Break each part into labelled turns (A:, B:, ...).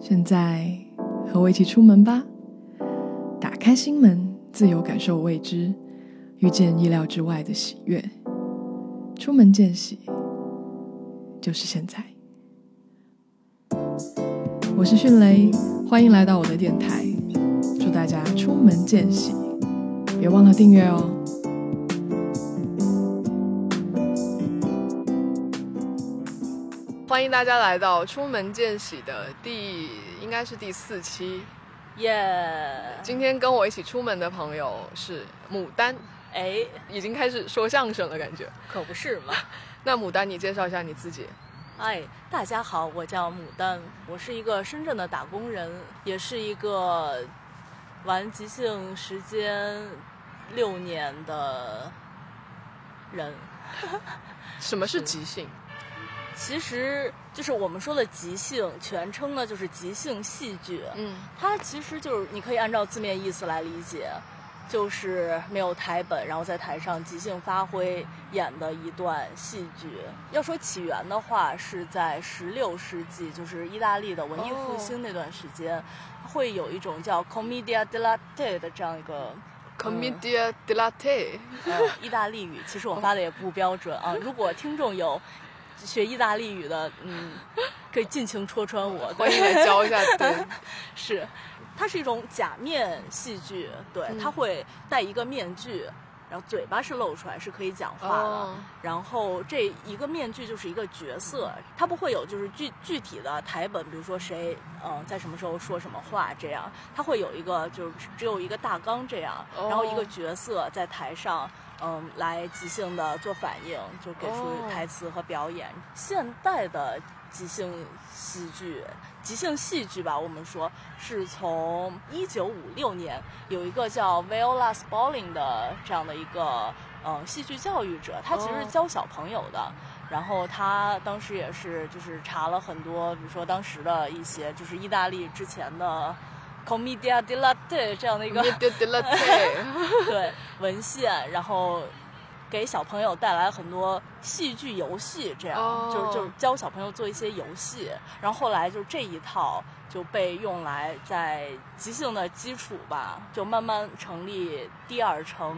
A: 现在和我一起出门吧，打开心门，自由感受未知，遇见意料之外的喜悦。出门见喜，就是现在。我是迅雷，欢迎来到我的电台，祝大家出门见喜，别忘了订阅哦。欢迎大家来到《出门见喜》的第应该是第四期。
B: 耶！
A: 今天跟我一起出门的朋友是牡丹，
B: 哎，
A: 已经开始说相声了，感觉。
B: 可不是嘛！
A: 那牡丹，你介绍一下你自己。
B: 哎，大家好，我叫牡丹，我是一个深圳的打工人，也是一个玩即兴时间六年的人。
A: 什么是
B: 是
A: 即兴？
B: 其实就是我们说的即兴，全称呢就是即兴戏剧。
A: 嗯
B: 它其实就是你可以按照字面意思来理解，就是没有台本，然后在台上即兴发挥演的一段戏剧。要说起源的话，是在十六世纪，就是意大利的文艺
A: 哦
B: 复兴那段时间，会有一种叫 commedia dell'arte 的这样一个。
A: 呃，commedia dell'arte。
B: 呃，意大利语，其实我发的也不标准啊。如果听众有学意大利语的，嗯，可以尽情戳穿我。对
A: 欢迎来教一 下。对，
B: 是，它是一种假面戏剧，对，它会戴一个面具，然后嘴巴是露出来，是可以讲话的。
A: 哦
B: 然后这一个面具就是一个角色，它不会有就是具具体的台本，比如说谁呃在什么时候说什么话这样，它会有一个就是只有一个大纲这样，然后一
A: 哦
B: 个角色在台上。嗯，来即兴的做反应，就给
A: 哦
B: 出台词和表演。现代的即兴戏剧，即兴戏剧吧，我们说是从一九五六年有一个叫 Viola Spolin 的这样的一个呃戏剧教育者，他其实
A: 哦
B: 是教小朋友的。然后他当时也是就是查了很多，比如说当时的一些就是意大利之前的 commedia dell'arte 这样的一个
A: commedia dell'arte。
B: 对文献，然后给小朋友带来很多戏剧游戏，这样、
A: 哦
B: 就是就是教小朋友做一些游戏，然后后来就是这一套就被用来在即兴的基础吧，就慢慢成立第二城，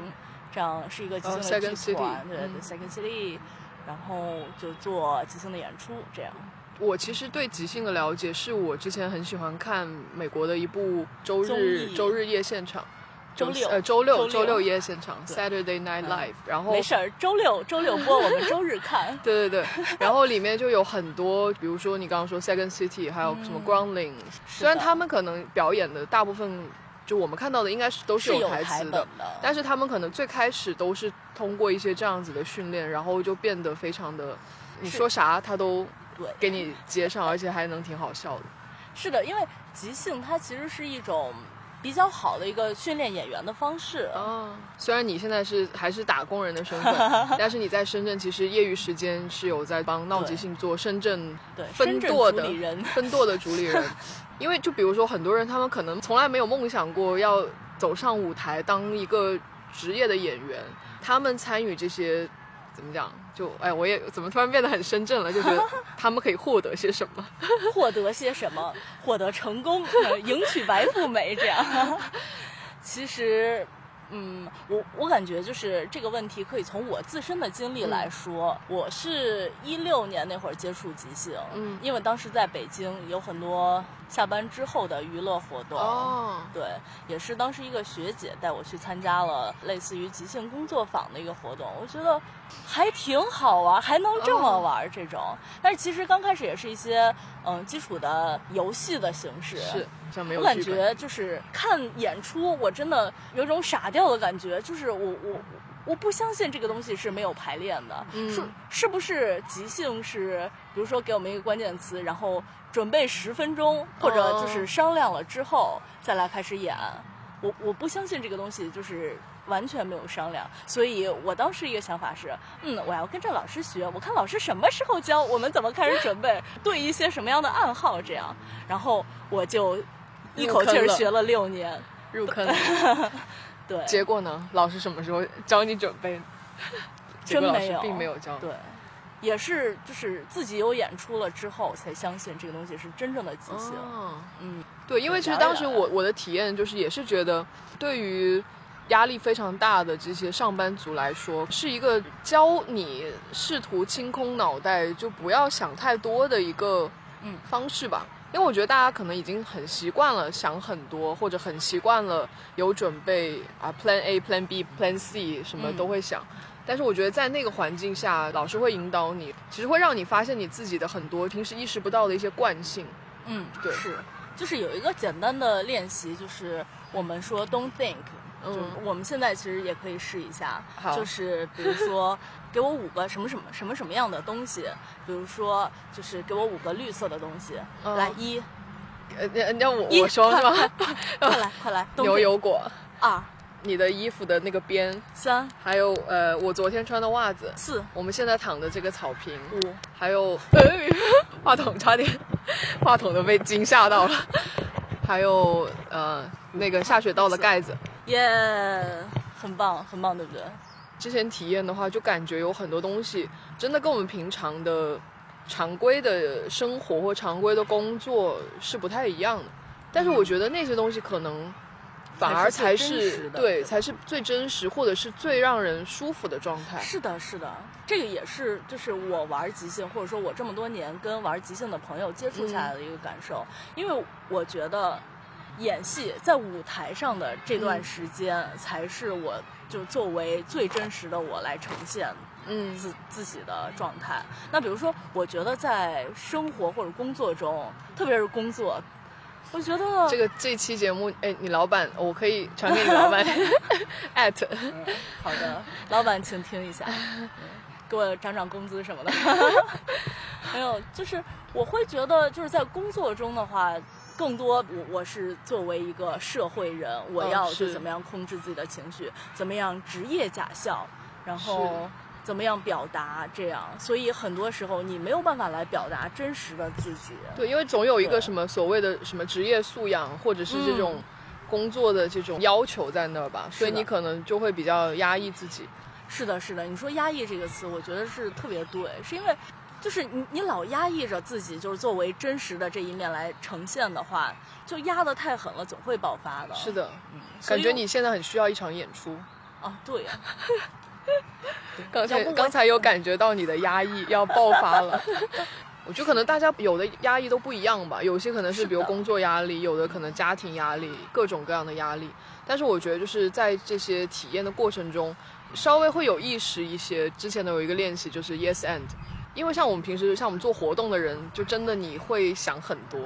B: 这样是一个即
A: 哦
B: 兴的
A: Second
B: 剧团
A: City，
B: 对、
A: 嗯
B: s e c o n d City，然后就做即兴的演出，这样
A: 我其实对即兴的了解，是我之前很喜欢看美国的一部周
B: 综
A: 日
B: 艺
A: 周日夜现场，
B: 周六
A: 呃周六
B: 周六
A: 周六夜现场
B: 对
A: Saturday Night
B: 嗯
A: Live，然后。
B: 没事儿，周六周六播，我们周日看
A: 对对对，然后里面就有很多，比如说你刚刚说 Second City，还有什么
B: 嗯
A: Groundling，、
B: 是
A: 虽然
B: 的
A: 他们可能表演的大部分，就我们看到的应该是都
B: 是有
A: 有台词
B: 本
A: 的，
B: 的，
A: 但是他们可能最开始都是通过一些这样子的训练，然后就变得非常的，你
B: 是
A: 说啥他都
B: 对
A: 给你接上，而且还能挺好笑的。
B: 是的，因为即兴它其实是一种比较好的一个训练演员的方式。
A: 哦，虽然你现在是还是打工人的 身份，但是你在深圳其实业余时间是有在帮闹即
B: 对
A: 兴做深圳
B: 对，
A: 分
B: 深圳
A: 舵
B: 主
A: 的
B: 理 人
A: 分舵的主理人，因为就比如说很多人他们可能从来没有梦想过要走上舞台当一个职业的演员，他们参与这些怎么讲？就哎，我也怎么突然变得很深圳了？就觉得他们可以获得些什么？
B: 获得些什么？获得成功，呃迎娶白富美这样。 其实，嗯，我我感觉就是这个问题可以从我自身的经历
A: 嗯
B: 来说，我是一六年那会儿接触即兴，
A: 嗯
B: 因为当时在北京有很多下班之后的娱乐活动，
A: 哦，
B: 对，也是当时一个学姐带我去参加了类似于即兴工作坊的一个活动，我觉得还挺好玩，还能这么玩儿这种。但是其实刚开始也是一些嗯基础的游戏的形式。
A: 是，好像没有
B: 我感
A: 剧本
B: 觉就是看演出，我真的有一种傻掉的感觉，就是我我。我不相信这个东西是没有排练的，
A: 嗯
B: 是是不是即兴是，比如说给我们一个关键词，然后准备十分钟，或者
A: 哦
B: 就是商量了之后再来开始演。我我不相信这个东西就是完全没有商量，所以我当时一个想法是，嗯，我要跟着老师学，我看老师什么时候教，我们怎么开始准备，对一些什么样的暗号这样，然后我就一口气
A: 入坑
B: 儿
A: 了
B: 学了六年，
A: 入坑。
B: 对，
A: 结果呢？老师什么时候教你准备？结
B: 真
A: 果老
B: 没
A: 师
B: 有，
A: 并没有教。
B: 对，也是就是自己有演出了之后才相信这个东西是真正的即兴。
A: 哦
B: 嗯，
A: 对，因为其实
B: 当
A: 当时
B: 然
A: 我我的体验就是，也是觉得对于压力非常大的这些上班族来说，是一个教你试图清空脑袋，就不要想太多的一个
B: 嗯
A: 方式吧。因为我觉得大家可能已经很习惯了想很多，或者很习惯了有准备啊，Plan A、Plan B、Plan C 什么
B: 嗯
A: 都会想。但是我觉得在那个环境下，老师会引导你，其实会让你发现你自己的很多平时意识不到的一些惯性。
B: 嗯，
A: 对
B: 是，就是有一个简单的练习，就是我们说 don't think，、
A: 嗯
B: 就是我们现在其实也可以试一下，
A: 好
B: 就是比如说给我五个什么什么什么什么样的东西，比如说就是给我五个绿色的东西，
A: 嗯
B: 来一，
A: 呃，那那我
B: 一
A: 我说是吧？
B: 快来快来，
A: 牛
B: don't think，
A: 油果，
B: 二
A: 你的衣服的那个边，
B: 三
A: 还有呃，我昨天穿的袜子，
B: 四
A: 我们现在躺的这个草坪，
B: 五，
A: 还有、 哎、话筒差点， 话筒都被惊吓到了，还有呃那个下水道的盖子。
B: 耶、很棒很棒，对不对？
A: 之前体验的话，就感觉有很多东西真的跟我们平常的常规的生活或常规的工作是不太一样的。但是我觉得那些东西可能反而才
B: 嗯才
A: 是
B: 是最真实的对
A: 对，
B: 吧
A: 才是最真实或者是最让人舒服的状态。
B: 是的，是的，这个也是，就是我玩即兴，或者说我这么多年跟玩即兴的朋友接触下来的一个感受。因为我觉得演戏在舞台上的这段
A: 嗯
B: 时间，才是我就作为最真实的我来呈现
A: 嗯
B: 自自己的状态。那比如说，我觉得在生活或者工作中，特别是工作，我觉得
A: 这个这期节目，哎，你老板，我可以传给你老板 at，
B: 好的，老板请听 一下，给我涨涨工资什么的。 没有，就是我会觉得，就是在工作中的话，更多我我是作为一个社会人，我
A: 嗯
B: 要就是怎么样控制自己的情绪，怎么样职业假笑，然后
A: 是。
B: 怎么样表达？这样，所以很多时候你没有办法来表达真实的自己。
A: 对，因为总有一
B: 对啊
A: 个什么所谓的什么职业素养，或者是这种
B: 嗯
A: 工作的这种要求在那儿吧，所以
B: 是的
A: 你可能就会比较压抑自己。
B: 是的，是的，你说压抑这个词，我觉得是特别对，是因为就是你你老压抑着自己，就是作为真实的这一面来呈现的话，就压得太狠了，总会爆发的。
A: 是，的，
B: 嗯，所
A: 感
B: 以
A: 觉
B: 我
A: 你现在很需要一场演出。
B: 啊，对呀、
A: 刚才
B: 要不我
A: 刚才有感觉到你的压抑要爆发 了。我觉得可能大家有的压抑都不一样吧，有些可能是
B: 是的
A: 比如工作压力，有的可能家庭压力，各种各样的压力。但是我觉得就是在这些体验的过程中，稍微会有意识一些。之前的有一个练习就是 yes and，因为像我们平时像我们做活动的人，就真的你会想很多，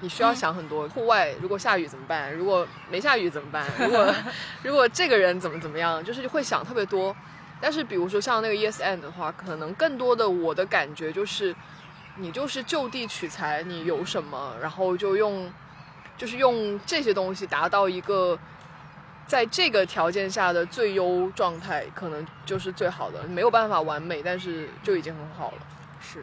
A: 你需要
B: 嗯
A: 想很多。户外如果下雨怎么办？如果没下雨怎么办？如 果如果这个人怎么怎么样，就是会想特别多。但是比如说像那个 Yes and 的话，可能更多的我的感觉就是，你就是就地取材，你有什么，然后就用，就是用这些东西达到一个。在这个条件下的最优状态，可能就是最好的，没有办法完美，但是就已经很好了。
B: 是。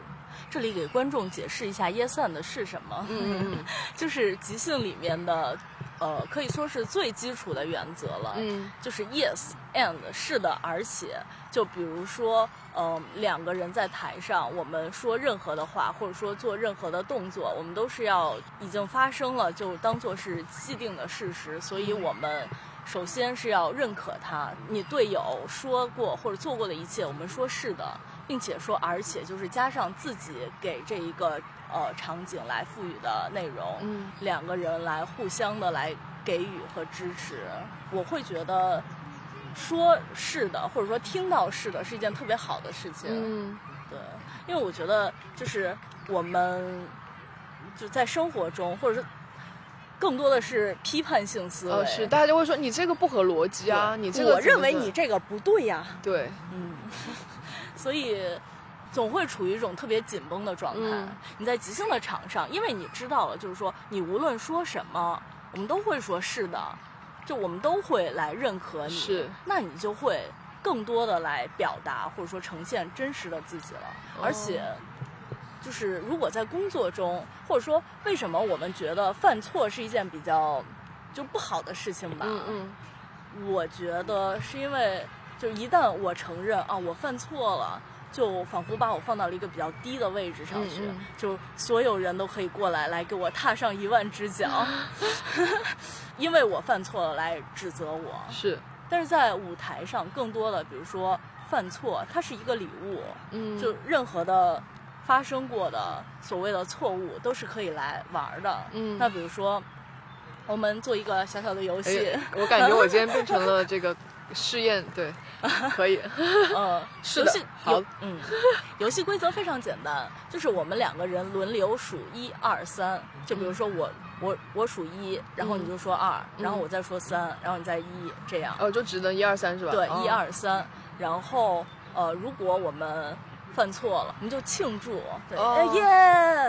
B: 这里给观众解释一下 yes and 是什么，
A: 嗯嗯
B: 就是即兴里面的，呃，可以说是最基础的原则了。
A: 嗯
B: 就是 yes and 是的，而且就比如说，嗯、两个人在台上，我们说任何的话，或者说做任何的动作，我们都是要已经发生了，就当做是既定的事实，所以我们。首先是要认可它，你队友说过或者做过的一切，我们说是的，并且说而且就是加上自己给这一个呃场景来赋予的内容，
A: 嗯
B: 两个人来互相的来给予和支持，我会觉得说是的，或者说听到是的，是一件特别好的事情。
A: 嗯，
B: 对，因为我觉得就是我们就在生活中，或者是更多的是批判性思维。
A: 哦是，大家就会说你这个不合逻辑
B: 对
A: 啊，你这个
B: 我
A: 怎么
B: 认为
A: 怎么
B: 你这个不对呀、
A: 对，
B: 嗯， 所以总会处于一种特别紧绷的状态。
A: 嗯
B: 你在即兴的场上，因为你知道了，就是说你无论说什么，我们都会说是的，就我们都会来认可你，
A: 是，
B: 那你就会更多的来表达或者说呈现真实的自己了，
A: 哦
B: 而且。就是如果在工作中，或者说为什么我们觉得犯错是一件比较就不好的事情吧？
A: 嗯嗯
B: 我觉得是因为，就是一旦我承认啊，我犯错了，就仿佛把我放到了一个比较低的位置上去，
A: 嗯嗯
B: 就所有人都可以过来来给我踏上一万只 脚，因为我犯错了来指责我。
A: 是，
B: 但是在舞台上，更多的比如说犯错，它是一个礼物，
A: 嗯，
B: 就任何的发生过的所谓的错误都是可以来玩儿的。
A: 嗯
B: 那比如说，我们做一个小小的游戏，
A: 哎我感觉我今天变成了这个试验， 对，可以，
B: 嗯，
A: 是
B: 游
A: 的
B: 戏，
A: 好
B: 游，嗯，游戏规则非常简单，就是我们两个人轮流数一二三，就比如说我我我数一，然后你就说二，
A: 嗯
B: 然后我再说三，然后你再一，这样。
A: 哦，就只能一二三是吧？
B: 对，
A: 哦
B: 一，二三，然后呃，如果我们犯错了，我们就庆祝，对，
A: 哦
B: 哎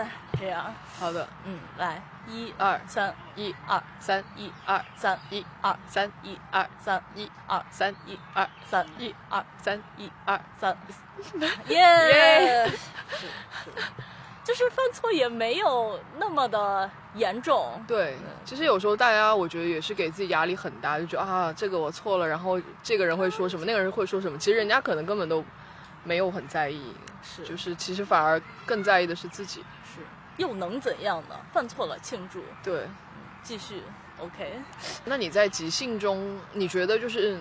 B: 耶，这样，
A: 好的，
B: 嗯，来，一
A: 二
B: 三
A: 一
B: 二
A: 三
B: 一
A: 二
B: 三
A: 一
B: 二
A: 三
B: 一
A: 二
B: 三
A: 一
B: 二
A: 三一二
B: 三
A: 一
B: 二
A: 三一二，
B: 三，
A: 耶
B: 耶，是是就是犯错也没有那么的严重，
A: 对，其实有时候大家我觉得也是给自己压力很大，就觉得啊这个我错了，然后这个人会说什么，那个人会说什么，其实人家可能根本都没有很在意，
B: 是
A: 就是其实反而更在意的是自己。
B: 是，又能怎样呢？犯错了庆祝，
A: 对，
B: 继续，OK。
A: 那你在即兴中，你觉得就是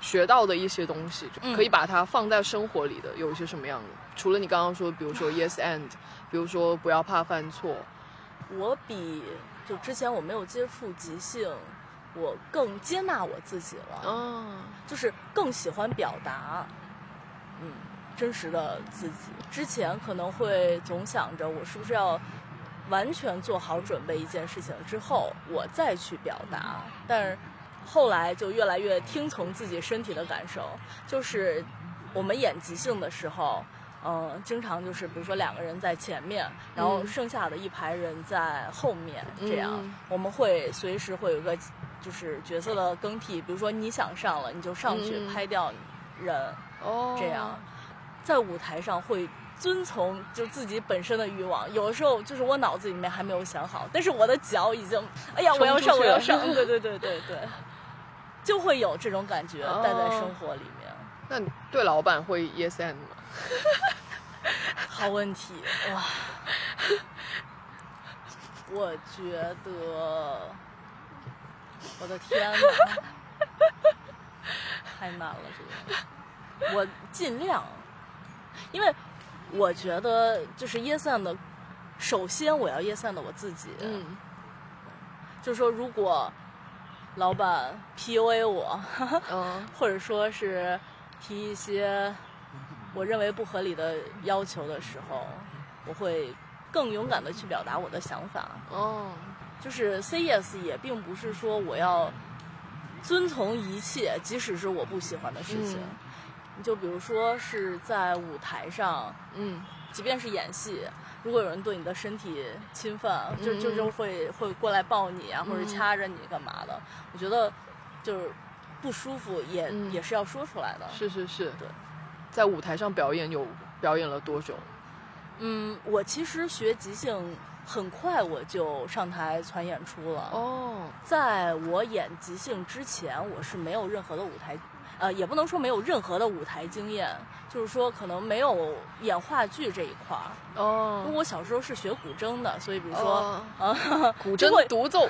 A: 学到的一些东西，就
B: 嗯
A: 可以把它放在生活里的，有一些什么样的？除了你刚刚说，比如 说 yes and，比如说不要怕犯错，
B: 我比就之前我没有接触即兴，我更接纳我自己了，哦
A: 嗯，
B: 就是更喜欢表达，嗯，真实的自己。之前可能会总想着我是不是要完全做好准备一件事情之后，我再去表达，但是后来就越来越听从自己身体的感受，就是我们演即兴的时候。嗯，经常就是比如说两个人在前面，然后
A: 嗯
B: 剩下的一排人在后面，这样、
A: 嗯
B: 我们会随时会有一个就是角色的更替，比如说你想上了，你就上去
A: 嗯
B: 拍掉人，
A: 哦，
B: 这样，在舞台上会遵从就自己本身的欲望。有的时候就是我脑子里面还没有想好，但是我的脚已经，哎呀，
A: 冲
B: 我要上，
A: 出
B: 我
A: 去了
B: 要 上，对对对对对，就会有这种感觉
A: 哦
B: 带在生活里面。
A: 那你对老板会 yes and 吗？
B: 好问题哇！我觉得，我的天哪，太难了这个。我尽量，因为我觉得就是耶散的，首先我要耶散的我自己。，
A: 嗯，
B: 就是说如果老板 PUA 我，
A: 嗯，
B: 或者说是提一些我认为不合理的要求的时候，我会更勇敢的去表达我的想法。
A: 哦，
B: 就是 say yes 也并不是说我要遵从一切，即使是我不喜欢的事情。
A: 嗯
B: 你就比如说是在舞台上，
A: 嗯，
B: 即便是演戏，如果有人对你的身体侵犯，就就
A: 嗯
B: 就会会过来抱你啊，或者
A: 嗯
B: 掐着你干嘛的，我觉得就是不舒服也、
A: 嗯
B: 也是要说出来的。
A: 是是是，
B: 对，
A: 在舞台上表演有表演了多久？
B: 嗯，我其实学即兴很快我就上台传演出了。
A: 哦，
B: 在我演即兴之前，我是没有任何的舞台，呃，也不能说没有任何的舞台经验，就是说可能没有演话剧这一块儿。因为
A: 哦，
B: 我小时候是学古筝的，所以比如说，
A: 哦
B: 呃，
A: 古
B: 就会
A: 筝独奏，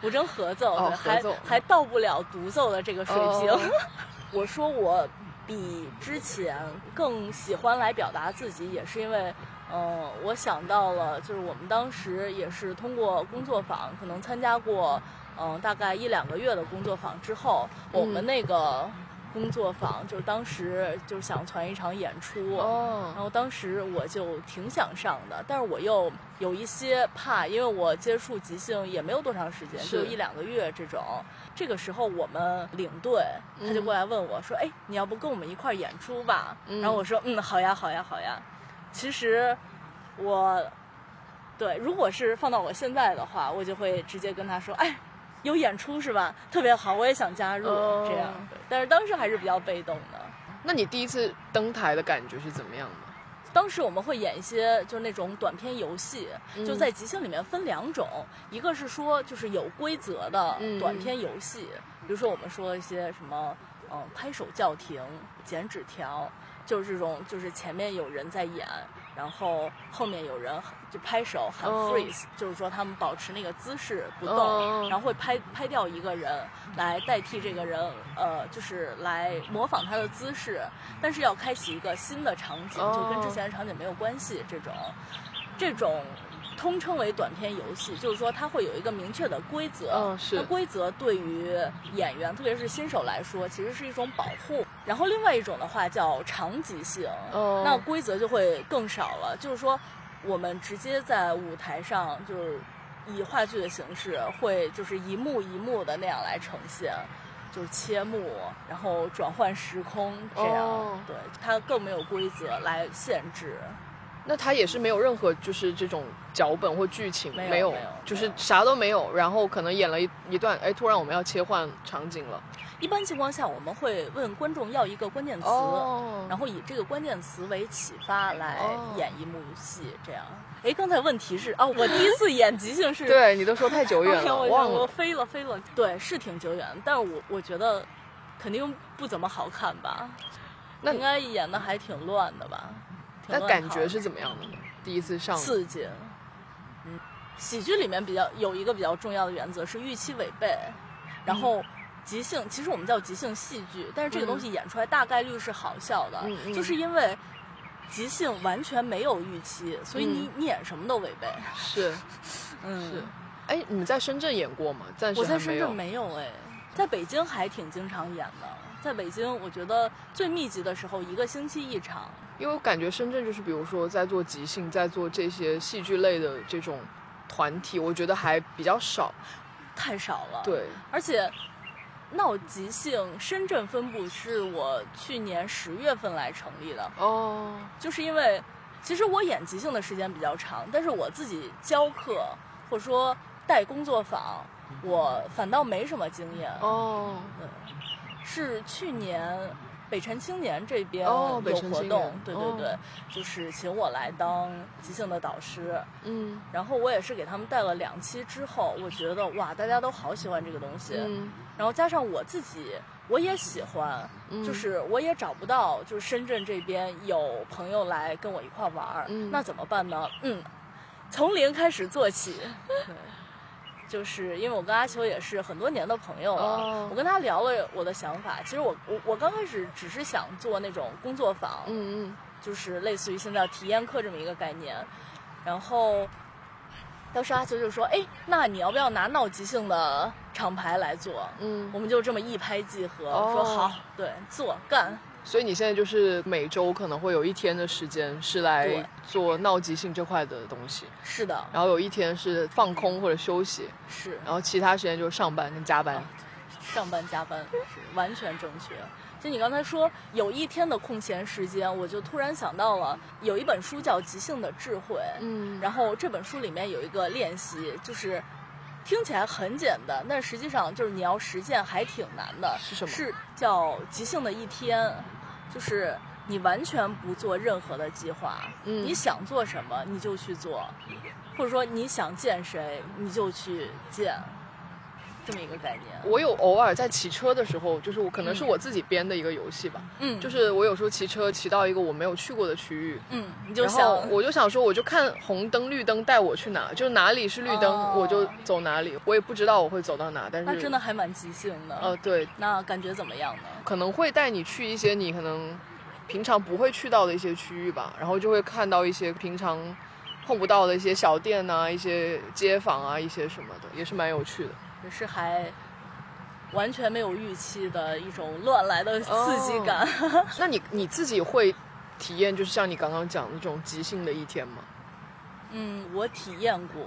B: 古筝合奏，
A: 哦
B: 对
A: 合奏
B: 还还到不了独奏的这个水平。
A: 哦
B: 我说我比之前更喜欢来表达自己，也是因为。嗯，我想到了，就是我们当时也是通过工作坊，可能参加过，嗯，大概一两个月的工作坊之后，我
A: 嗯
B: 们那个工作坊就是当时就想传一场演出，然
A: 哦，
B: 后当时我就挺想上的，但是我又有一些怕，因为我接触即兴也没有多长时间，
A: 是
B: 就一两个月这种。这个时候我们领队他就过来问我说：“哎，你要不跟我们一块儿演出吧？”
A: 嗯
B: 然后我说：“嗯，好呀，好呀，好呀。”其实我对，如果是放到我现在的话，我就会直接跟他说：“哎。”有演出是吧？特别好，我也想加入、
A: 哦
B: 这样。对但是当时还是比较被动的。
A: 那你第一次登台的感觉是怎么样的？
B: 当时我们会演一些就是那种短篇游戏，
A: 嗯
B: 就在即兴里面分两种，一个是说就是有规则的
A: 嗯
B: 短篇游戏，比如说我们说一些什么，嗯、拍手叫停、剪纸条，就是这种，就是前面有人在演，然后后面有人就拍手喊
A: 哦
B: freeze，、就是说他们保持那个姿势不动，
A: 哦
B: 然后会拍拍掉一个人来代替这个人，呃，就是来模仿他的姿势，但是要开启一个新的场景，
A: 哦
B: 就跟之前的场景没有关系，这种，这种。通称为短片游戏，就是说它会有一个明确的规则，
A: 嗯是
B: 那规则对于演员，特别是新手来说，其实是一种保护。然后另外一种的话叫长极性，
A: 哦
B: 那规则就会更少了。就是说，我们直接在舞台上就是以话剧的形式，会就是一幕一幕的那样来呈现，就是切幕，然后转换时空这样。
A: 哦
B: 对，它更没有规则来限制。
A: 那他也是没有任何就是这种脚本或剧情，
B: 没有
A: 有
B: 没有
A: 就是
B: 没有
A: 啥都没有。然后可能演了一一段，哎，突然我们要切换场景了。
B: 一般情况下，我们会问观众要一个关键词。
A: 后
B: 然后以这个关键词为启发来
A: 哦
B: 演一幕戏，这样。哎，刚才问题是哦，我第一次演即兴是，
A: 对你都说太久
B: 哎
A: 远
B: 呀，
A: 了，
B: 我
A: 忘
B: 我
A: 了。
B: 飞了飞了，对，是挺久远，但是我我觉得肯定不怎么好看吧，
A: 那
B: 应该演的还挺乱的吧，挺
A: 那
B: 乱
A: 感
B: 套
A: 觉
B: 的
A: 是怎么样的呢？第一次上，
B: 刺激。嗯，喜剧里面比较有一个比较重要的原则是预期违背，
A: 嗯
B: 然后即兴，其实我们叫即兴戏剧，但是这个
A: 嗯
B: 东西演出来大概率是好笑的，
A: 嗯嗯
B: 就是因为。即兴完全没有预期，所以你、
A: 嗯
B: 你演什么都违背。
A: 是
B: 嗯
A: 是，哎，你在深圳演过吗？暂时
B: 我在
A: 还
B: 深
A: 有
B: 圳没有哎，在北京还挺经常演的。在北京，我觉得最密集的时候一个星期一场，
A: 因为我感觉深圳就是，比如说在做即兴，在做这些戏剧类的这种团体，我觉得还比较少。
B: 太少了。
A: 对，
B: 而且闹即兴深圳分部是我去年十月份来成立的，
A: 哦，
B: 就是因为其实我演即兴的时间比较长，但是我自己教课或者说带工作坊，我反倒没什么经验。
A: 哦，
B: 是去年北辰青年这边
A: 哦北
B: 有
A: 辰
B: 活
A: 青
B: 动
A: 年，
B: 对
A: 哦
B: 对对，就是请我来当即兴的导师。
A: 嗯
B: 然后我也是给他们带了两期之后，我觉得哇，大家都好喜欢这个东西。
A: 嗯，
B: 然后加上我自己，我也喜欢，
A: 嗯
B: 就是我也找不到，就是深圳这边有朋友来跟我一块玩儿，
A: 嗯
B: 那怎么办呢？嗯，从零开始做起。 就是因为我跟阿秋也是很多年的朋友了，
A: 哦
B: 我跟他聊了我的想法。其实我我我刚开始只是想做那种工作坊，
A: 嗯
B: 就是类似于现在体验课这么一个概念。然后当时阿秋就说：“哎，那你要不要拿闹即兴的厂牌来做？”
A: 嗯
B: 我
A: 嗯，
B: 们就这么一拍即合，
A: 哦
B: 说好，对，做干。
A: 所以你现在就是每周可能会有一天的时间是
B: 对
A: 来做闹即兴这块的东西，
B: 是的，
A: 然后有一天是放空或者休息，
B: 是
A: 然后其他时间就是上班跟加
B: 哦
A: 班。
B: 上班加班，是完全正确。就你刚才说有一天的空闲时间，我就突然想到了有一本书叫《即兴的智慧》，
A: 嗯
B: 然后这本书里面有一个练习，就是听起来很简单，但实际上就是你要实践还挺难的。
A: 是什么
B: 是叫即兴的一天，就是你完全不做任何的计划，
A: 嗯
B: 你想做什么你就去做，或者说你想见谁你就去见，这么一个概念。
A: 我有偶尔在骑车的时候，就是我可能是我自己编的一个游戏吧，
B: 嗯，
A: 就是是我有时候骑车骑到一个我没有去过的区域，
B: 嗯，你就
A: 然
B: 想
A: 后我就想说，我就看红灯绿灯带我去哪，就是哪里是绿灯，
B: 哦
A: 我就走哪里。我也不知道我会走到哪，但
B: 那
A: 是
B: 真的还蛮即兴的。
A: 呃，对，
B: 那感觉怎么样呢？
A: 可能会带你去一些你可能平常不会去到的一些区域吧，然后就会看到一些平常碰不到的一些小店啊、一些街坊啊、一些什么的，也是蛮有趣的。
B: 也是还完全没有预期的一种乱来的
A: 哦
B: 刺激感。
A: 那你你自己会体验，就是像你刚刚讲的这种即兴的一天吗？
B: 嗯，我体验过。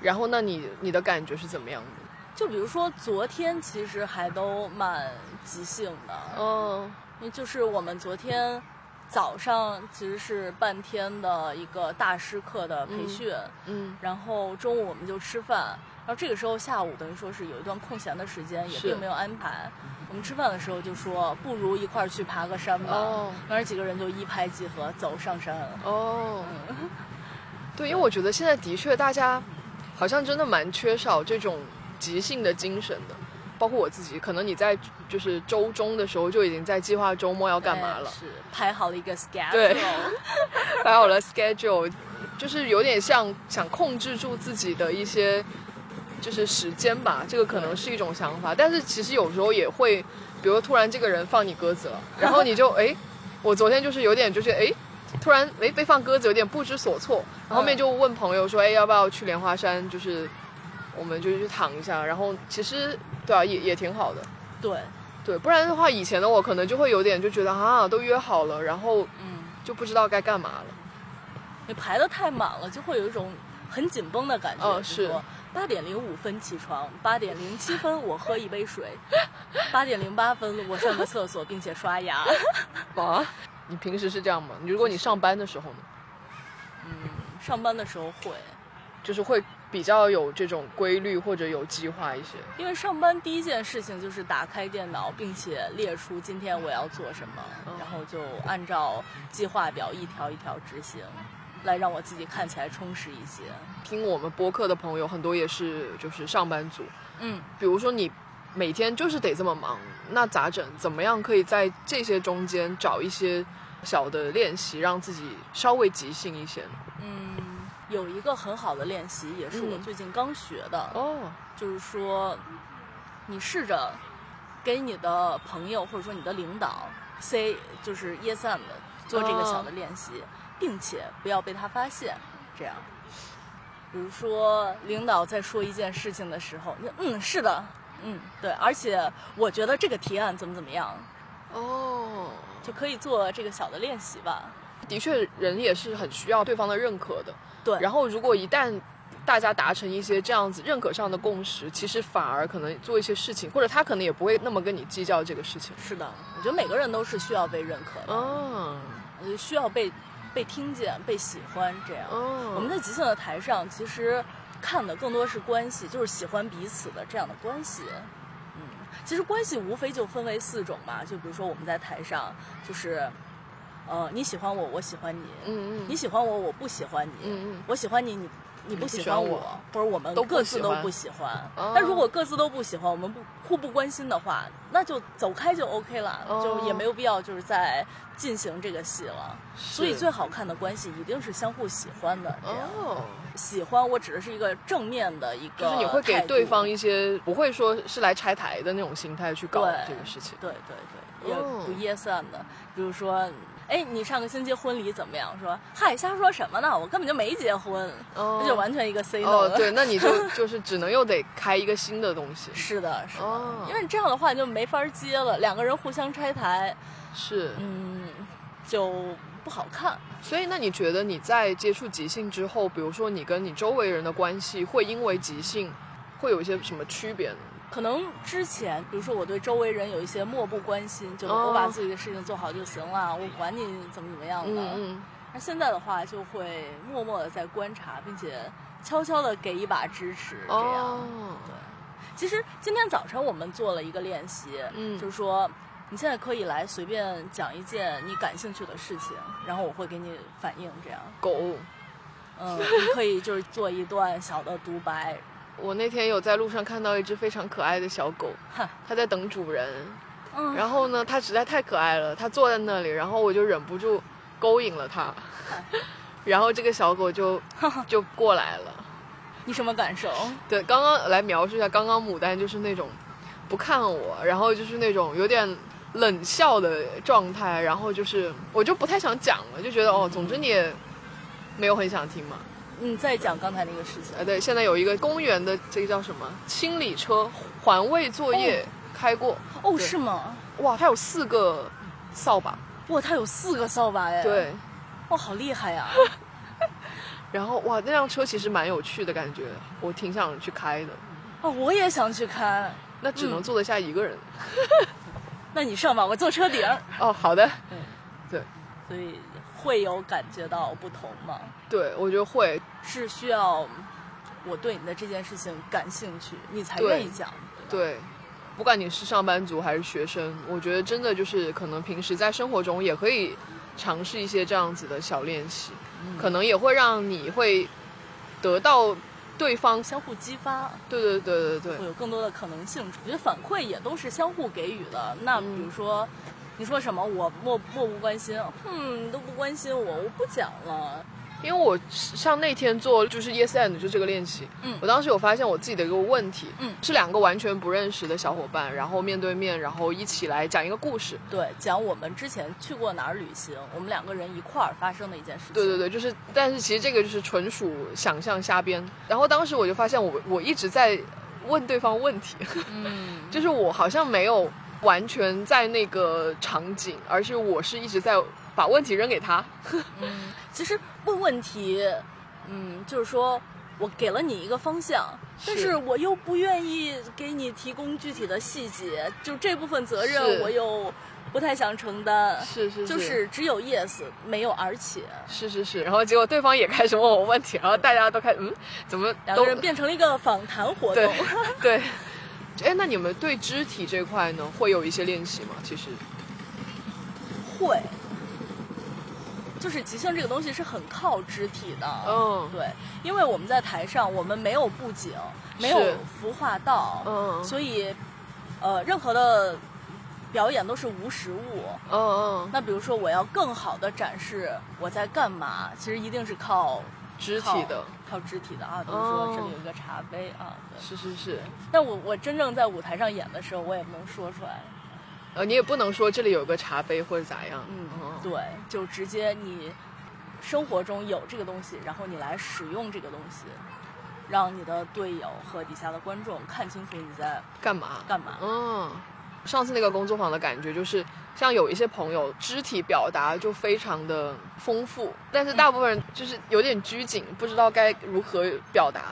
A: 然后，那你你的感觉是怎么样的？
B: 就比如说昨天，其实还都蛮即兴的，
A: 嗯
B: 因为就是我们昨天早上其实是半天的一个大师课的培训，
A: 嗯
B: 然后中午我们就吃饭，然后这个时候下午等于说是有一段空闲的时间，也
A: 是
B: 并没有安排。我们吃饭的时候就说，不如一块儿去爬个山吧。
A: 哦
B: 当时几个人就一拍即合，走上山。
A: 哦， 对，因为我觉得现在的确大家好像真的蛮缺少这种即兴的精神的，包括我自己，可能你在就是周中的时候就已经在计划周末要干嘛了
B: 哎，是排好了一个 schedule，
A: 对摆好了 schedule，就是有点像想控制住自己的一些就是时间吧，这个可能是一种想法，但是其实有时候也会，比如说突然这个人放你鸽子了，然后你就哎，我昨天就是有点就是哎。突然，哎，被放鸽子，有点不知所措。然后后面就问朋友说，哎，要不要去莲花山？就是我们就去躺一下。然后其实，对啊，也也挺好的。
B: 对，
A: 对，不然的话，以前的我可能就会有点就觉得啊，都约好了，然后
B: 嗯，
A: 就不知道该干嘛了。
B: 你排的太满了，就会有一种很紧绷的感觉。
A: 哦
B: 就是说八点零五分起床，八点零七分我喝一杯 水，八点零八分我上个厕所并且刷牙。
A: 啊， 你平时是这样吗？你如果你上班的时候呢，
B: 上班的时候会，
A: 就是会比较有这种规律或者有计划一些。
B: 因为上班第一件事情就是打开电脑，并且列出今天我要做什么，
A: 嗯
B: 然后就按照计划表一条一条执行，来让我自己看起来充实一些。
A: 听我们播客的朋友很多也是就是上班族，
B: 嗯，
A: 比如说你每天就是得这么忙，那咋整？怎么样可以在这些中间找一些小的练习，让自己稍微即兴一些呢？
B: 嗯，有一个很好的练习，也是我
A: 嗯
B: 最近刚学的，
A: 哦，
B: 就是说，你试着给你的朋友或者说你的领导 say 就是 yes and 做这个小的练习，并且不要被他发现，这样。比如说，领导在说一件事情的时候，你嗯，是的，嗯，对，而且我觉得这个提案怎么怎么样，
A: 哦，
B: 就可以做这个小的练习吧。
A: 的确，人也是很需要对方的认可的。
B: 对，
A: 然后如果一旦大家达成一些这样子认可上的共识，其实反而可能做一些事情，或者他可能也不会那么跟你计较这个事情。
B: 是的，我觉得每个人都是需要被认可的，
A: 哦
B: 呃需要被被听见、被喜欢这样。
A: 哦，
B: 我们在即兴的台上，其实看的更多是关系，就是喜欢彼此的这样的关系。嗯，其实关系无非就分为四种嘛，就比如说我们在台上，就是，呃，你喜欢我，我喜欢你，
A: 嗯嗯
B: 你喜欢我，我不喜欢你，
A: 嗯嗯
B: 我喜欢你，你你不喜欢
A: 你不喜欢
B: 我，或者我们
A: 都不
B: 各自
A: 喜
B: 都
A: 欢
B: 不喜欢。
A: 哦
B: 但如果各自都不喜欢，我们不互不关心的话，那就走开就 OK 了，
A: 哦
B: 就也没有必要就是在进行这个戏了。所以
A: 是
B: 最好看的关系一定是相互喜欢的，这样、
A: 哦，
B: 喜欢我只是一个正面的一个
A: 就
B: 态度，
A: 是你会给对方一些不会说是来拆台的那种心态去搞
B: 对
A: 这个事情。
B: 对对对，也
A: 哦
B: 不 yes and 的，比如说。哎，你上个星期婚礼怎么样？说嗨，瞎说什么呢？我根本就没结婚，
A: 哦
B: 那就完全一个 say no
A: 哦
B: 了，
A: 对，那你就就是只能又得开一个新的东西。
B: 是的，是的，
A: 哦
B: 因为这样的话你就没法接了，两个人互相拆台，
A: 是，
B: 嗯，就不好看。
A: 所以那你觉得你在接触即兴之后，比如说你跟你周围人的关系，会因为即兴会有一些什么区别呢？
B: 可能之前，比如说我对周围人有一些漠不关心，就是
A: 哦
B: 我把自己的事情做好就行了，我管你怎么怎么样的。
A: 嗯
B: 那现在的话，就会默默的在观察，并且悄悄的给一把支持，
A: 嗯，
B: 这样。
A: 哦，
B: 其实今天早晨我们做了一个练习，
A: 嗯
B: 就是说你现在可以来随便讲一件你感兴趣的事情，然后我会给你反应，这样。
A: 狗。
B: 嗯，你可以就是做一段小的独白，
A: 我那天有在路上看到一只非常可爱的小狗，
B: 哈，
A: 它在等主人。
B: 嗯，
A: 然后呢，它实在太可爱了，它坐在那里，然后我就忍不住勾引了它，
B: 嗯
A: 然后这个小狗 就就过来了。
B: 你什么感受？
A: 对，刚刚来描述一下，刚刚牡丹就是那种不看我，然后就是那种有点冷笑的状态，然后就是我就不太想讲了，就觉得哦，总之你也没有很想听嘛。
B: 你再讲刚才那个事情
A: 呃，，对，现在有一个公园的这个叫什么清理车环卫作业开过，
B: 哦，
A: 对
B: 是吗？
A: 哇，它有四个扫把，
B: 哇，他有四个扫把哎，，
A: 对，
B: 哇，好厉害呀！
A: 然后哇，那辆车其实蛮有趣的感觉，我挺想去开的，
B: 哦，我也想去看，
A: 那
B: 嗯
A: 只能坐得下一个人。
B: 那你上吧，我坐车顶儿，
A: 哦，好的，
B: 所以会有感觉到不同吗？
A: 对我觉得会，
B: 是需要我对你的这件事情感兴趣，你才
A: 对
B: 愿意讲，对吧
A: 对，不管你是上班族还是学生，我觉得真的就是可能平时在生活中也可以尝试一
B: 嗯
A: 些这样子的小练习，可能也会让你会得到对方，
B: 相互激发，
A: 对对对对对
B: 会，有更多的可能性。我觉得反馈也都是相互给予的。那比
A: 嗯
B: 如说，你说什么我漠漠不关心，嗯，你都不关心我，我不讲了。
A: 因为我像那天做就是 Yes and 就这个练习，
B: 嗯
A: 我当时有发现我自己的一个问题，
B: 嗯
A: 是两个完全不认识的小伙伴，然后面对面，然后一起来讲一个故事，
B: 对，讲我们之前去过哪儿旅行，我们两个人一块儿发生的一件事情。
A: 对对对，就是，但是其实这个就是纯属想象瞎编。然后当时我就发现我我一直在问对方问题，
B: 嗯，
A: 就是我好像没有完全在那个场景，而是我是一直在把问题扔给他。
B: 嗯，其实问问题，嗯，就是说我给了你一个方向，但
A: 是
B: 是我又不愿意给你提供具体的细节，就这部分责任
A: 是
B: 我又不太想承担。
A: 是 是
B: 就是只有 yes 没有而且，
A: 是是是，然后结果对方也开始问我问题，然后大家都开始嗯，怎么
B: 两
A: 都
B: 个人变成了一个访谈活动
A: 对。 对。哎，那你们对肢体这块呢，会有一些练习吗？其实，
B: 会，就是即兴这个东西是很靠肢体的。
A: 嗯
B: 对，因为我们在台上，我们没有布景，没有
A: 是
B: 服化道，
A: 嗯
B: 所以，呃，任何的表演都是无实物。
A: 嗯嗯，
B: 那比如说，我要更好的展示我在干嘛，其实一定是靠
A: 肢
B: 靠
A: 体的，
B: 靠肢体的啊。比如说，
A: 哦
B: 这里有一个茶杯啊。对
A: 是是是。
B: 但我我真正在舞台上演的时候，我也不能说出来。
A: 呃，你也不能说这里有个茶杯或者咋样，
B: 嗯
A: 哦，
B: 对，就直接你生活中有这个东西，然后你来使用这个东西，让你的队友和底下的观众看清楚你在
A: 干嘛？
B: 干嘛。
A: 嗯，上次那个工作坊的感觉就是，像有一些朋友肢体表达就非常的丰富，但是大部分人就是有点拘谨，不知道该如何表达。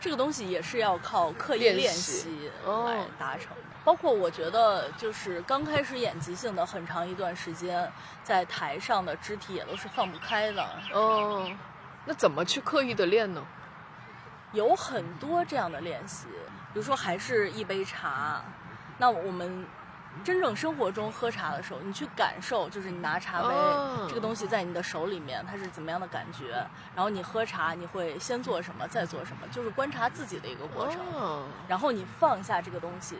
B: 这个东西也是要靠刻意
A: 练
B: 练
A: 习
B: 习
A: 哦
B: 来达成的。包括我觉得，就是刚开始演即兴的很长一段时间，在台上的肢体也都是放不开的。
A: 哦，那怎么去刻意的练呢？
B: 有很多这样的练习，比如说还是一杯茶，那我们真正生活中喝茶的时候，你去感受，就是你拿茶杯、
A: 哦
B: 这个东西在你的手里面，它是怎么样的感觉，然后你喝茶，你会先做什么，再做什么，就是观察自己的一个过程，
A: 哦，
B: 然后你放下这个东西，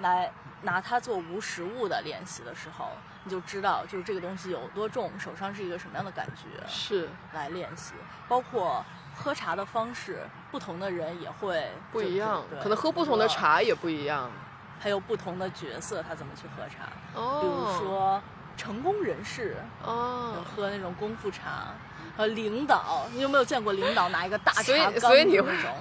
B: 来拿它做无实物的练习的时候，你就知道就是这个东西有多重，手上是一个什么样的感觉。
A: 是
B: 来练习，包括喝茶的方式，不同的人也会
A: 不
B: 就
A: 一样
B: 对，
A: 可能喝不同的，茶也不一样。
B: 还有不同的角色，他怎么去喝茶？
A: 哦，
B: 比如说嗯成功人士
A: 哦
B: 有。喝那种功夫茶，呃，领导，你有没有见过领导拿一个大
A: 所以
B: 茶缸
A: 所以你
B: 的
A: 会
B: 那种？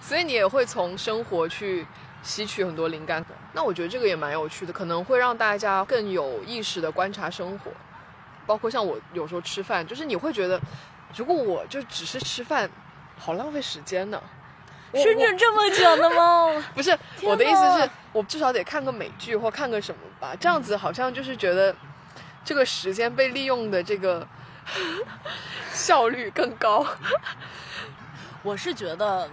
A: 所以你也会从生活去吸取很多灵感。那我觉得这个也蛮有趣的，可能会让大家更有意识的观察生活，包括像我有时候吃饭，就是你会觉得，如果我就只是吃饭，好浪费时间呢。我
B: 甚
A: 我
B: 至这么卷的吗？
A: 不是
B: 天
A: 我的意思
B: 哪
A: 是，我至少得看个美剧或看个什么吧，这样子好像就是觉得这个时间被利用的这个 效率更高。
B: 我是觉得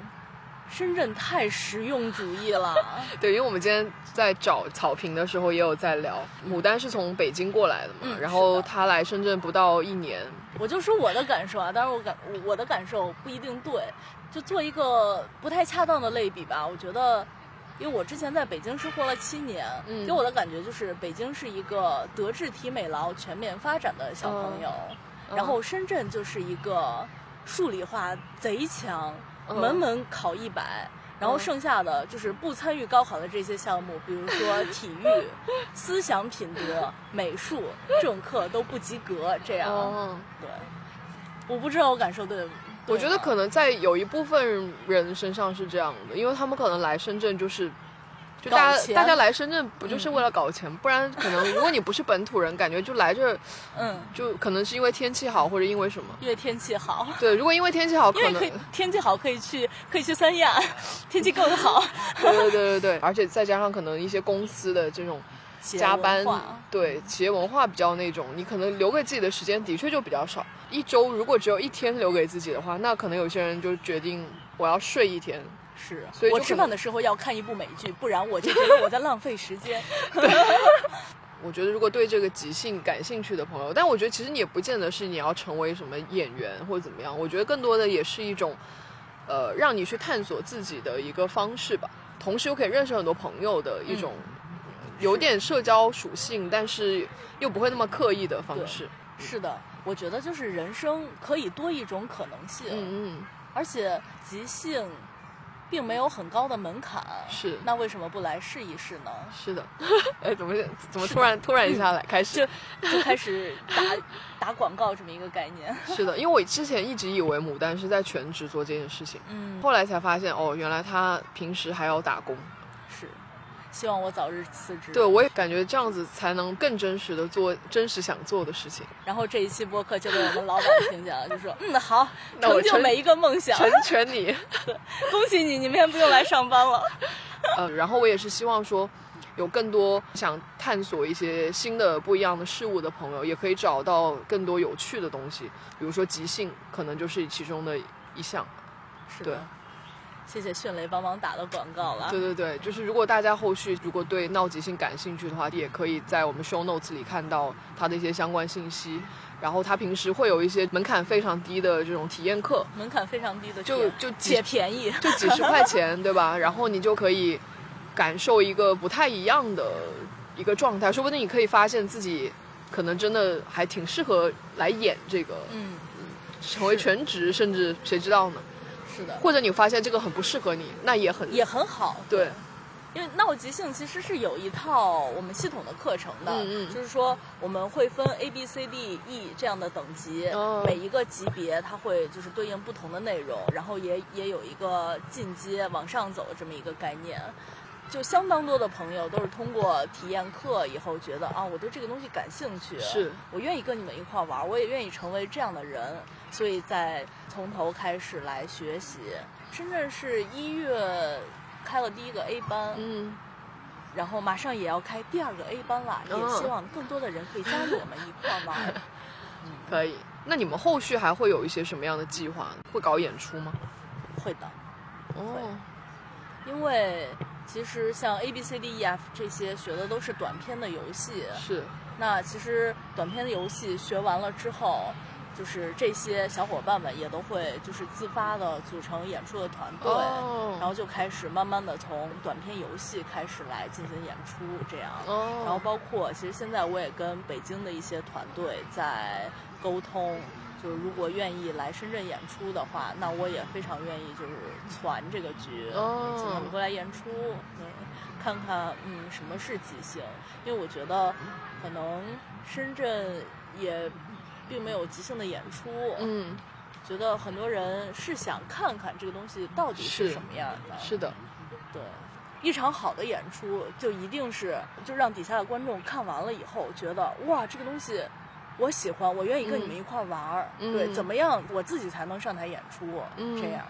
B: 深圳太实用主义了。
A: 对，因为我们今天在找草坪的时候也有在聊，牡丹是从北京过来的嘛，
B: 嗯
A: 然
B: 是
A: 后
B: 的
A: 她来深圳不到一年，
B: 我就说我的感受啊，当然我感我我的感受不一定对，就做一个不太恰当的类比吧。我觉得，因为我之前在北京生活了七年，
A: 嗯
B: 给我的感觉就是北京是一个德智体美劳全面发展的小朋友，
A: 嗯
B: 然后深圳就是一个数理化贼强，
A: 嗯
B: 门门考一百。然后
A: 嗯
B: 剩下的就是不参与高考的这些项目，比如说体育、 思想品德、美术这种课都不及格，这样。
A: 哦，
B: 对，我不知道我感受对对吗，啊
A: 我觉得可能在有一部分人身上是这样的，因为他们可能来深圳就是。就
B: 搞
A: 大家
B: 钱嗯
A: 大家来深圳不就是为了搞钱？不然可能如果你不是本土人，感觉就来这儿
B: 嗯，
A: 就可能是因为天气好或者因为什么。
B: 因为天气好，
A: 对，如果因为天气好，可
B: 因为
A: 能
B: 可以天气好可以去可以去三亚，天气更 好，
A: 对对对对对，而且再加上可能一些公司的这种
B: 企业
A: 加班
B: 文化，
A: 对企业文化比较那种，你可能留给自己的时间的确就比较少。一周如果只有一天留给自己的话，那可能有些人就决定我要睡一天。
B: 是，
A: 所以就
B: 我
A: 可
B: 吃
A: 能
B: 饭的时候要看一部美剧，不然我就觉得我在浪费时间。
A: 我觉得如果对这个即兴感兴趣的朋友，但我觉得其实你也不见得是你要成为什么演员或者怎么样，我觉得更多的也是一种呃，让你去探索自己的一个方式吧。同时又可以认识很多朋友的一种，
B: 嗯
A: 有点社交属性，但是又不会那么刻意的方式。
B: 是的，我觉得就是人生可以多一种可能性，
A: 嗯嗯，
B: 而且即兴并没有很高的门槛。
A: 是
B: 那为什么不来试一试 呢？
A: 是的。哎，怎么怎么突然突然一下来开始？
B: 就就开始打打广告这么一个概 念。
A: 是的，因为我之前一直以为牡丹是在全职做这件事情，
B: 嗯，
A: 后来才发现哦，原来他平时还要打工。
B: 是。希望我早日辞职。
A: 对，我也感觉这样子才能更真实的做真实想做的事 情，
B: 然后这一期播客就被我们老板听见了，就说：“嗯，好，
A: 那我
B: 成就
A: 成
B: 每一个梦想，
A: 成全你。
B: 恭喜你，你明天不用来上班 了。
A: 呃，然后我也是希望说，有更多想探索一些新的不一样的事物的朋友，也可以找到更多有趣的东西，比如说即兴，可能就是其中的一项。”
B: 是
A: 对
B: 的，谢谢迅雷帮忙打的广告了。
A: 对对对，就是如果大家后续如果对闹即兴感兴趣的话，也可以在我们 show notes 里看到它的一些相关信息。然后它平时会有一些门槛非常低的这种体验课，
B: 门槛非常低的
A: 就
B: 店，
A: 就几
B: 且便宜。
A: 就几十块钱，对吧？然后你就可以感受一个不太一样的一个状态，说不定你可以发现自己可能真的还挺适合来演这个，
B: 嗯，
A: 成为全职，甚至谁知道呢？
B: 是的，
A: 或者你发现这个很不适合你，那也很
B: 也很好。
A: 对，
B: 因为闹即兴其实是有一套我们系统的课程的，
A: 嗯嗯
B: 就是说我们会分 A B C D E 这样的等级，
A: 哦
B: 每一个级别它会就是对应不同的内容，然后也也有一个进阶往上走这么一个概念。就相当多的朋友都是通过体验课以后觉得啊，我对这个东西感兴趣，
A: 是
B: 我愿意跟你们一块儿玩儿，我也愿意成为这样的人，所以在从头开始来学习。深圳是一月开了第一个 A 班，
A: 嗯，
B: 然后马上也要开第二个 A 班了，也
A: 嗯
B: 希望更多的人可以加入我们一块儿玩。
A: 可以。那你们后续还会有一些什么样的计划？会搞演出吗？
B: 会的，
A: 哦，
B: 因为其实像 A B C D E F 这些学的都是短篇的游戏，
A: 是，
B: 那其实短篇的游戏学完了之后。就是这些小伙伴们也都会就是自发的组成演出的团队，
A: 哦
B: 然后就开始慢慢的从短篇游戏开始来进行演出，这样。
A: 哦，
B: 然后包括，其实现在我也跟北京的一些团队在沟通，就是如果愿意来深圳演出的话，那我也非常愿意就是攒这个局，
A: 哦
B: 请他们过来演出，嗯，看看嗯什么是即兴，因为我觉得可能深圳也并没有即兴的演出，
A: 嗯，
B: 觉得很多人是想看看这个东西到底是
A: 是
B: 什么样的，
A: 是的，
B: 对，一场好的演出就一定是就让底下的观众看完了以后觉得哇，这个东西我喜欢，我愿意跟你们一块儿玩儿。
A: 嗯
B: 对，怎么样我自己才能上台演出？
A: 嗯
B: 这样。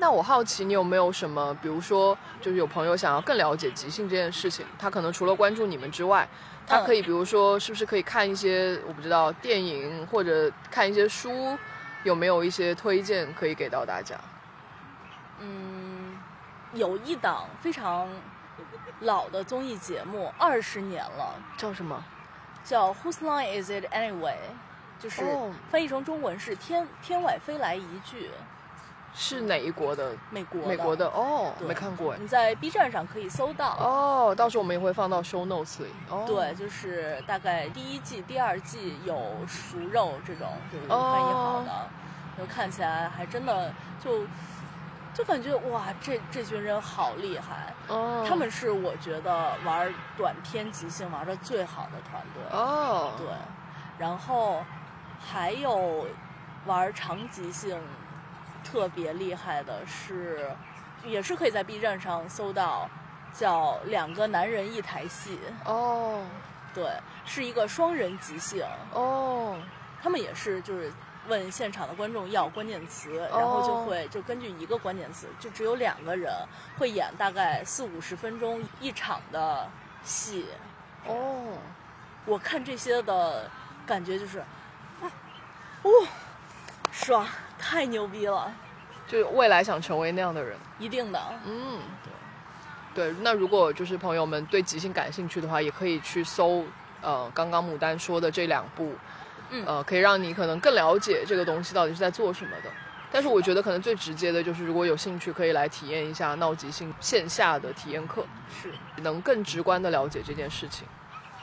A: 那我好奇，你有没有什么，比如说，就是有朋友想要更了解即兴这件事情，他可能除了关注你们之外，他可以，比如说，是不是可以看一些我不知道电影或者看一些书，有没有一些推荐可以给到大家？
B: 嗯，有一档非常老的综艺节目，二十年了，
A: 叫什么？
B: 叫《Whose Line Is It Anyway》，就是
A: 哦
B: 翻译成中文是天“天外飞来一句
A: 是哪一国的？”，
B: 美国
A: 美国的哦，
B: 对
A: 没看过哎。
B: 你在 B 站上可以搜到。
A: 哦，到时候我们也会放到 show notes 里。哦，
B: 对，，就是大概第一季、第二季有熟肉这种，就是翻译好
A: 哦
B: 的，就看起来还真的就就感觉哇，这这群人好厉害，
A: 哦，
B: 他们是我觉得玩短篇即兴玩的最好的团队，
A: 哦，
B: 对，然后还有玩长即兴特别厉害的是，也是可以在 B 站上搜到。叫两个男人一台戏，
A: 哦，
B: 对，是一个双人即兴，
A: 哦，
B: 他们也是就是问现场的观众要关键词，然后就会就根据一个关键词，就只有两个人会演大概四五十分钟一场的戏。
A: 哦，
B: 我看这些的感觉就是，啊哦，爽，太牛逼了，
A: 就是未来想成为那样的人。
B: 一定的。
A: 嗯，对。那如果就是朋友们对即兴感兴趣的话，也可以去搜，呃，刚刚牡丹说的这两部，
B: 嗯
A: 呃，可以让你可能更了解这个东西到底是在做什么的。但是我觉得可能最直接的就是，如果有兴趣可以来体验一下闹即兴线下的体验课，
B: 是
A: 能更直观的了解这件事情。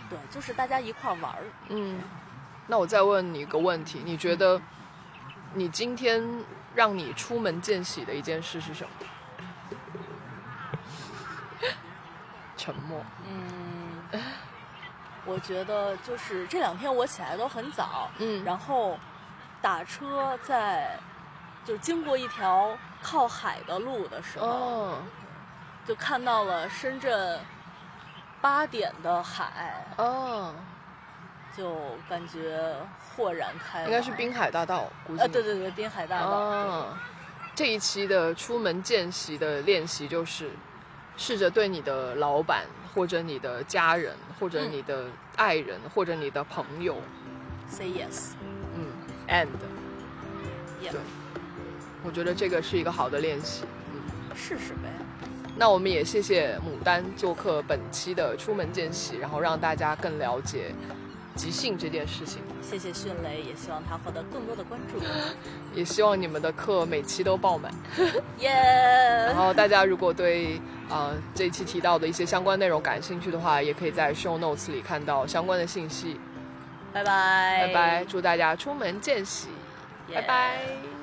B: 对，就是大家一块儿玩儿。
A: 嗯，那我再问你一个问题，你觉得你今天让你出门见喜的一件事是什 么？沉默。
B: 嗯，我觉得就是这两天我起来都很早，
A: 嗯
B: 然后打车在就经过一条靠海的路的时候，
A: 哦
B: 就看到了深圳八点的海，
A: 哦，
B: 就感觉豁然开朗。
A: 应该是滨海大道，估计。
B: 呃，对对对，滨海大道。
A: 哦，这一期的出门见习的练习就是，试着对你的老板或者你的家人或者
B: 嗯
A: 你的爱人、或者你的朋友，
B: Say yes，
A: 嗯，and，
B: 也、
A: 对我觉得这个是一个好的练习。
B: 试试呗。
A: 那我们也谢谢牡丹做客本期的出门见习，然后让大家更了解即兴这件事情。
B: 谢谢迅雷，也希望他获得更多的关 注。
A: 也希望你们的课每期都爆满。
B: 耶、
A: 然后大家如果对呃这一期提到的一些相关内容感兴趣的话，也可以在 show notes 里看到相关的信息。
B: 拜拜，哎
A: 拜拜，祝大家出门见喜，
B: Yeah
A: 拜拜。